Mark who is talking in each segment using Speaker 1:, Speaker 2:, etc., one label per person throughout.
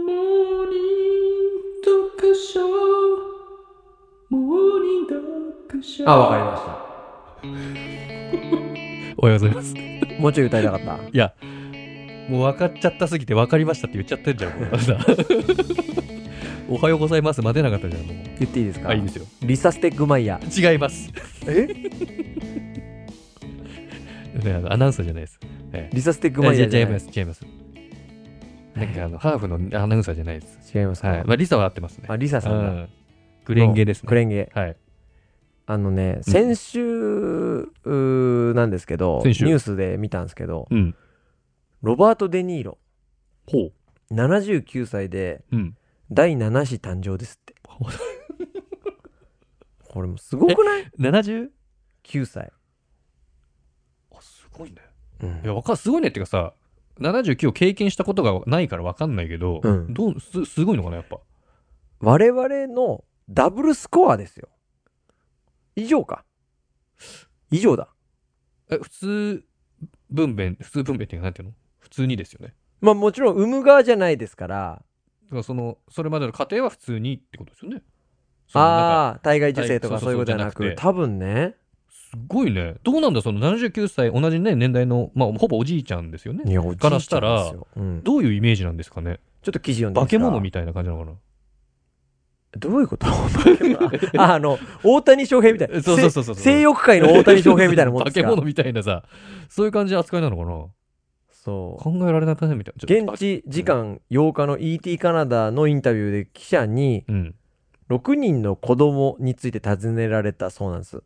Speaker 1: あ、わかりました。
Speaker 2: おはようございます。い
Speaker 1: もうちょい歌いたか った。
Speaker 2: や、もう分かっちゃったすぎて分かりましたって言っちゃってん じゃん、 もうおはようございます。待てなかったじゃん、もう。
Speaker 1: 言っていいですか
Speaker 2: あ、いいですよ。
Speaker 1: リサ・ステッグマイヤ
Speaker 2: 違います。
Speaker 1: ー。え
Speaker 2: ねあのアナウンサーじゃないです。
Speaker 1: リサ・ステッグマイヤー
Speaker 2: じゃ違
Speaker 1: じゃ
Speaker 2: い
Speaker 1: ない
Speaker 2: ます、違います。なんかあの、ハーフのアナウンサーじゃないです。
Speaker 1: 違いますか、
Speaker 2: はい。まあ、リサは合ってますね。
Speaker 1: あ、リサさ
Speaker 2: うん
Speaker 1: だ。
Speaker 2: んクレンゲですね。
Speaker 1: クレンゲ。
Speaker 2: はい。
Speaker 1: あのね、先週うーなんですけど、ニ
Speaker 2: 先週
Speaker 1: ュースで見たんですけど、
Speaker 2: うん。
Speaker 1: ロバート・デ・ニーロ、
Speaker 2: ほう。
Speaker 1: 79歳で
Speaker 2: うん。
Speaker 1: 第7子誕生です って。これもすごくない
Speaker 2: 70?
Speaker 1: ?9 歳。
Speaker 2: あ、すごいね。
Speaker 1: うん
Speaker 2: いや、わかすごいねっていうかさ、79を経験したことがないからわかんないけど、
Speaker 1: うん
Speaker 2: どうすすごいのかな、やっぱ。
Speaker 1: 我々のダブルスコアですよ。以上か。以上だ。
Speaker 2: え、普通分娩、普通分娩っていうか、なんていうの普通にですよね。
Speaker 1: まあもちろん産む側じゃないですから、
Speaker 2: だからその、それまでの過程は普通にってことですよね。そのなんか
Speaker 1: ああー、体外受精とか
Speaker 2: はい
Speaker 1: そういうことじゃな
Speaker 2: そうそ
Speaker 1: く、
Speaker 2: うそうじ
Speaker 1: 多分ね。
Speaker 2: すごいね。どうなんだ、その79歳、同じね、年代の、まあ、ほぼおじいちゃんですよね。
Speaker 1: いや、おじいちゃんです
Speaker 2: からした
Speaker 1: よ。うん
Speaker 2: どういうイメージなんですかね。
Speaker 1: ちょっと記事読んでいい
Speaker 2: 化
Speaker 1: です
Speaker 2: け
Speaker 1: か
Speaker 2: 物みたいな感じなのかな。
Speaker 1: どういうこと ああの、大谷翔平みたいな。
Speaker 2: そうそうそうそう
Speaker 1: せ性欲界の大谷翔平みたいなもんです
Speaker 2: 化け
Speaker 1: か
Speaker 2: 物みたいなさ、そういう感じの扱いなのかな。
Speaker 1: そう。
Speaker 2: 考えられないねみたいな。ちょっと
Speaker 1: 現地時間8日の ET カナダのインタビューで記者に
Speaker 2: うん。
Speaker 1: 6人の子供について尋ねられたそうなんです。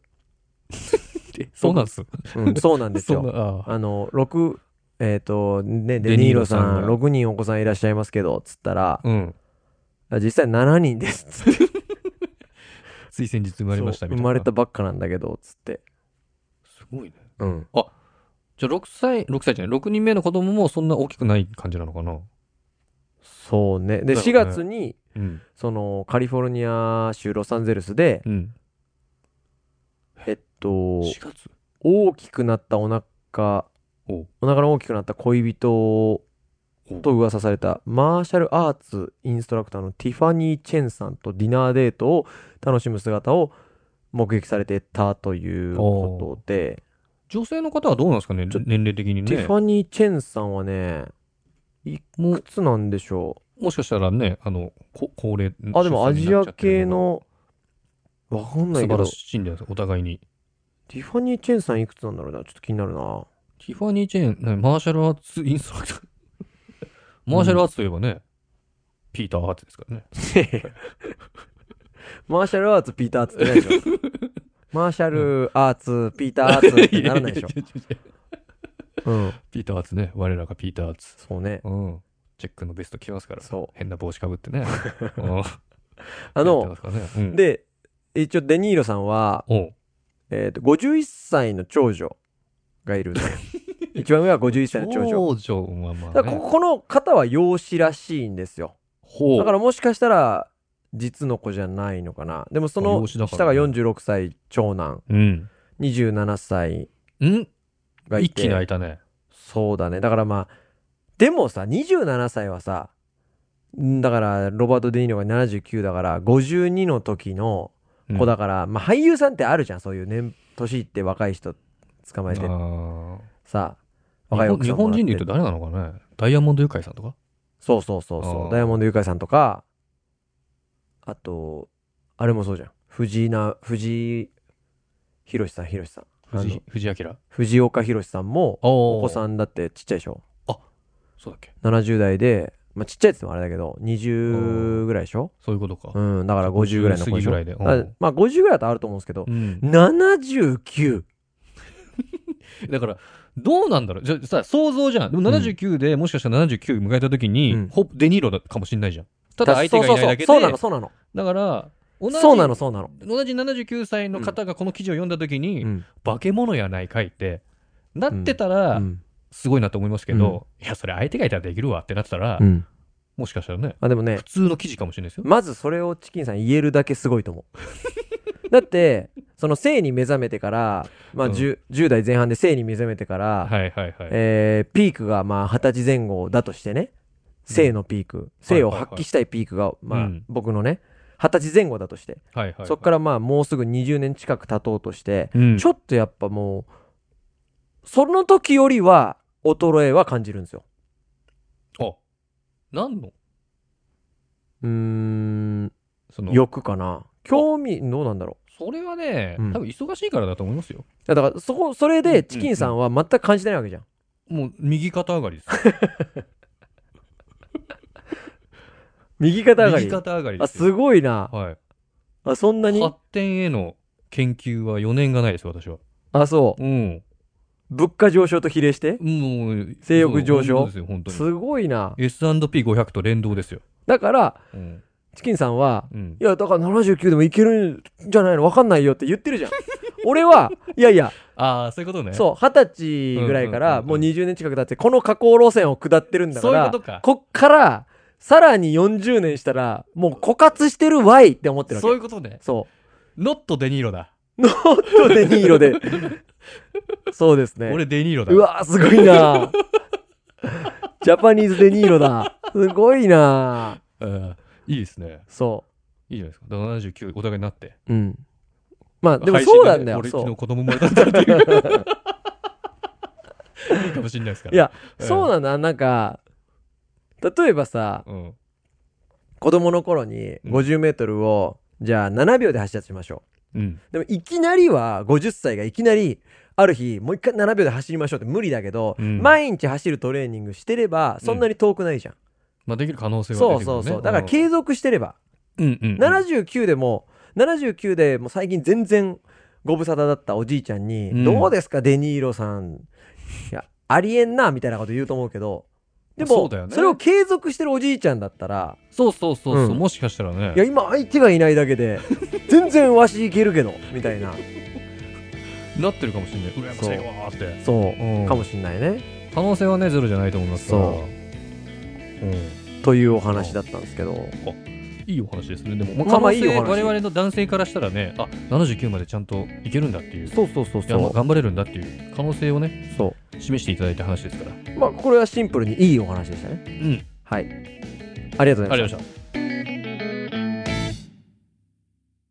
Speaker 2: そうなんす。
Speaker 1: うん、そうなんです
Speaker 2: そん
Speaker 1: よ。
Speaker 2: な、ああ
Speaker 1: あの、6、えっ、と、ね、デ
Speaker 2: デニ
Speaker 1: ニ
Speaker 2: ー
Speaker 1: ー
Speaker 2: ロ
Speaker 1: ロ
Speaker 2: さんが
Speaker 1: さん、6人お子さんいらっしゃいますけど、つったら、
Speaker 2: うん。
Speaker 1: 実際7人です、つって。
Speaker 2: つい先日生まれましたみた
Speaker 1: そう
Speaker 2: いな。
Speaker 1: 生まれたばっかなんだけど、つって。
Speaker 2: すごいね。
Speaker 1: うん。
Speaker 2: じゃあ6歳、6歳じゃない、6人目の子供もそんな大きくない感じなのかな
Speaker 1: そうね。
Speaker 2: だ
Speaker 1: で、
Speaker 2: よね
Speaker 1: 4月に、
Speaker 2: うん。
Speaker 1: その、カリフォルニア州ロサンゼルスで、
Speaker 2: うん。
Speaker 1: えっと、
Speaker 2: 4月
Speaker 1: 大きくなったお腹、
Speaker 2: おう
Speaker 1: お腹の大きくなった恋人と噂されたマーシャルアーツインストラクターのティファニー・チェンさんとディナーデートを楽しむ姿を目撃されてたということで、
Speaker 2: 女性の方はどうなんですかね
Speaker 1: ちょ
Speaker 2: 年齢的に
Speaker 1: ティ
Speaker 2: ね
Speaker 1: フ。ァニー・チェンさんはね、い
Speaker 2: も
Speaker 1: くつなんでしょ
Speaker 2: もしかしたらね、あの、こ高齢
Speaker 1: う。あ、でもア
Speaker 2: 出産
Speaker 1: ジ
Speaker 2: になっ
Speaker 1: ア
Speaker 2: ちゃって
Speaker 1: 系
Speaker 2: る
Speaker 1: の、わかん
Speaker 2: が
Speaker 1: な
Speaker 2: 素
Speaker 1: いけ
Speaker 2: 晴
Speaker 1: ど
Speaker 2: ら、しいんじゃないですか、お互いに。
Speaker 1: ティファニー・チェンさんいくつなんだろうな。ちょっと気になるな。
Speaker 2: ティファニー・チェーン、ねマーシャルアーツインストラクター。マーシャルアーツといえばね、ピーター・アーツですからね。。
Speaker 1: マーシャルアーツ、ピーターアーツってないでしょ。マーシャルアーツ、ピーターアーツってならないでしょ
Speaker 2: やややや
Speaker 1: うん。
Speaker 2: ピーター・アーツね、我らがピーター・アーツ。
Speaker 1: そうね。
Speaker 2: うん。チェックのベスト着ますから。
Speaker 1: そ
Speaker 2: 変な帽子かぶって ね。うん
Speaker 1: う。あ
Speaker 2: や
Speaker 1: の
Speaker 2: っ、てますからねうん
Speaker 1: で、一応デニーロさんは、
Speaker 2: おう
Speaker 1: えっ、と、51歳の長女が いるんだよ一番上は51歳の長女。
Speaker 2: 長女はまあ、ね。
Speaker 1: だからここの方は養子らしいんですよ。
Speaker 2: ほう
Speaker 1: だからもしかしたら、実の子じゃないのかな。でもそ
Speaker 2: 養
Speaker 1: の
Speaker 2: 子だか
Speaker 1: 下
Speaker 2: ら
Speaker 1: が
Speaker 2: ね
Speaker 1: 46歳長男、
Speaker 2: うん。
Speaker 1: 27歳
Speaker 2: ん
Speaker 1: がい
Speaker 2: 一
Speaker 1: て。
Speaker 2: 気に開いたね。
Speaker 1: そうだね。だからまあ、でもさ、27歳はさ、んだから、ロバート・デ・ニーロが79だから、52の時の
Speaker 2: うん
Speaker 1: 子だから、まあ俳優さんってあるじゃん、そういう年、年いって若い人捕まえて
Speaker 2: あー
Speaker 1: さ、
Speaker 2: 日
Speaker 1: 若い
Speaker 2: 本
Speaker 1: 奥
Speaker 2: 日
Speaker 1: さんも
Speaker 2: 本
Speaker 1: らって
Speaker 2: 人で言うと誰なのかねダイヤモンドユカイさんとか
Speaker 1: そうそうそう
Speaker 2: あ
Speaker 1: そ
Speaker 2: ー
Speaker 1: う、ダイヤモンド・ユカイさんとか、あと、あれもそうじゃん。藤井な、藤井博さん、博さん。あ
Speaker 2: 藤
Speaker 1: の
Speaker 2: 井藤井明。
Speaker 1: 藤岡弘さんも、
Speaker 2: お
Speaker 1: お子さ
Speaker 2: ん。
Speaker 1: んだってちっちゃいでしょ
Speaker 2: そうだっけ
Speaker 1: 70代で、まあ、ちっちゃいって言ってもあれだけど、20ぐらいでしょ
Speaker 2: そういうことか。
Speaker 1: うん、だから50ぐらいの子でし
Speaker 2: 50過ぎぐ
Speaker 1: ょ。
Speaker 2: らいでうん
Speaker 1: だからまあ50ぐらいだとあると思うんですけど
Speaker 2: う、ん。
Speaker 1: 79!
Speaker 2: だから、どうなんだろうじゃさ、想像じゃん。でも79で、もしかしたら79迎えた時に、
Speaker 1: うん
Speaker 2: ほぼデニーロだかもしれないじゃん。ただ相手がいないだけで。
Speaker 1: そうそうそうそうなの、
Speaker 2: だから、同
Speaker 1: そうな
Speaker 2: じ
Speaker 1: の。そうなの、そうなの。
Speaker 2: 同じ79歳の方がこの記事を読んだ時に、
Speaker 1: うん。
Speaker 2: 化け物やないかいって、なってたら、
Speaker 1: うん
Speaker 2: すごいなと思いますけど、いや、それ相手がいたらできるわってなってたら、
Speaker 1: うん。
Speaker 2: もしかしたらね、
Speaker 1: あ、でもね
Speaker 2: 普、通の記事かもしれないですよ。
Speaker 1: まずそれをチキンさん言えるだけすごいと思う。だって、その性に目覚めてから、まあ
Speaker 2: うん
Speaker 1: 10, 10代前半で性に目覚めてから、
Speaker 2: はいはいはい。
Speaker 1: えーピークがまあ二十歳前後だとしてね、性のピーク、性を発揮したいピークが、ま
Speaker 2: う
Speaker 1: あ
Speaker 2: ん
Speaker 1: 僕のね、二十歳前後だとして、
Speaker 2: はいはいはい。
Speaker 1: そこからまあもうすぐ20年近く経とうとして、
Speaker 2: うん、
Speaker 1: ちょっとやっぱもうその時よりは衰えは感じるんですよ。
Speaker 2: あ、何の
Speaker 1: うーん
Speaker 2: その、
Speaker 1: 欲かな興味どうなんだろ
Speaker 2: それはね、
Speaker 1: うん
Speaker 2: 多分忙しいからだと思いますよ。
Speaker 1: ういやだからそこそれ
Speaker 2: うんうんう
Speaker 1: で
Speaker 2: ん
Speaker 1: チキンさんは全く感じてないわけじゃん。
Speaker 2: もう、右肩上がり です。
Speaker 1: 右肩上がり
Speaker 2: 右肩上がりで
Speaker 1: あ
Speaker 2: すよ。
Speaker 1: すごいな
Speaker 2: は。
Speaker 1: あそんないに
Speaker 2: 発展への研究は4年がないです、私は。
Speaker 1: あそう
Speaker 2: うん。
Speaker 1: 物価上昇と比例して
Speaker 2: もう、
Speaker 1: 性欲上昇
Speaker 2: そうですよ、本当に。
Speaker 1: すごいな
Speaker 2: S&P500 と連動ですよ。
Speaker 1: だから
Speaker 2: うん。
Speaker 1: チキンさんは
Speaker 2: うん
Speaker 1: い。やだから79でもいけるんじゃないの分かんないよって言ってる じゃん俺はいやいや
Speaker 2: ああ、そういうことね。
Speaker 1: そう二十歳ぐらいか
Speaker 2: う
Speaker 1: ら
Speaker 2: んうんうん
Speaker 1: も
Speaker 2: う
Speaker 1: うん20年近く経ってこの下降路線を下ってるんだか
Speaker 2: そういうこ
Speaker 1: ら
Speaker 2: とか。
Speaker 1: こっからさらに40年したらもう枯渇してるわいって思ってるわけ
Speaker 2: そういうことね。
Speaker 1: そう
Speaker 2: ノットデニーロだ。
Speaker 1: とデニーロで。そうですね。
Speaker 2: 俺デニーロだ。
Speaker 1: うわーすごい なジャパニーズデニーロだ。すごいな
Speaker 2: うん。いいですね。
Speaker 1: そ
Speaker 2: いいじゃないですか。79、お互いになって。
Speaker 1: う。うん。まあ、でも
Speaker 2: 配信で
Speaker 1: そうなんだよ。
Speaker 2: 俺
Speaker 1: そ
Speaker 2: 昨日
Speaker 1: う。
Speaker 2: 子供生まれたんだって いう。いいかもしれないですから。
Speaker 1: いや、
Speaker 2: うん
Speaker 1: そうなんだ。なんか、例えばさ、
Speaker 2: うん。
Speaker 1: 子供の頃に
Speaker 2: うん
Speaker 1: 50メートルを、じゃあ7秒で走らせましょ
Speaker 2: うん。
Speaker 1: う。でも、いきなりは、50歳がいきなり、ある日、もう一回7秒で走りましょうって無理だけど、
Speaker 2: うん
Speaker 1: 毎日走るトレーニングしてれば、そんなに遠くないじゃん。
Speaker 2: まあ、できる可能性は出
Speaker 1: そ
Speaker 2: て
Speaker 1: う
Speaker 2: くる
Speaker 1: そ
Speaker 2: ね
Speaker 1: うそう。だから継続してれば。
Speaker 2: うんうんうん。
Speaker 1: 79でも、79でもう最近全然ご無沙汰だったおじいちゃんに、
Speaker 2: うん
Speaker 1: どうですか、デニーロさん。いや、ありえんな、みたいなこと言うと思うけど、で
Speaker 2: そう
Speaker 1: も、
Speaker 2: だよね
Speaker 1: それを継続してるおじいちゃんだったら、
Speaker 2: そうそうそうそう、
Speaker 1: うん
Speaker 2: もしかしたらね
Speaker 1: いや、今相手がいないだけで、 全然わしいけるけど、みたいな、
Speaker 2: なってるかもしれない羨ましいわーって
Speaker 1: そう、
Speaker 2: うん
Speaker 1: かもしんないね。
Speaker 2: 可能性はねゼロじゃないと思いますから
Speaker 1: そう
Speaker 2: うん
Speaker 1: というお話だったんですけど、
Speaker 2: いいお話ですねでも、
Speaker 1: まあま
Speaker 2: 可能
Speaker 1: あ
Speaker 2: 性
Speaker 1: いいお話
Speaker 2: 我々の男性からしたらねあ79までちゃんといけるんだっていう
Speaker 1: そうそうそう
Speaker 2: いやまあ
Speaker 1: そ
Speaker 2: 頑張れるんだっていう可能性をね
Speaker 1: う。そ
Speaker 2: 示していただいた話ですからうん
Speaker 1: う。まあ、これはシンプルにいいお話でしたね。
Speaker 2: あり
Speaker 1: はい。ありがとうございまし
Speaker 2: がとうござ
Speaker 1: た
Speaker 2: いました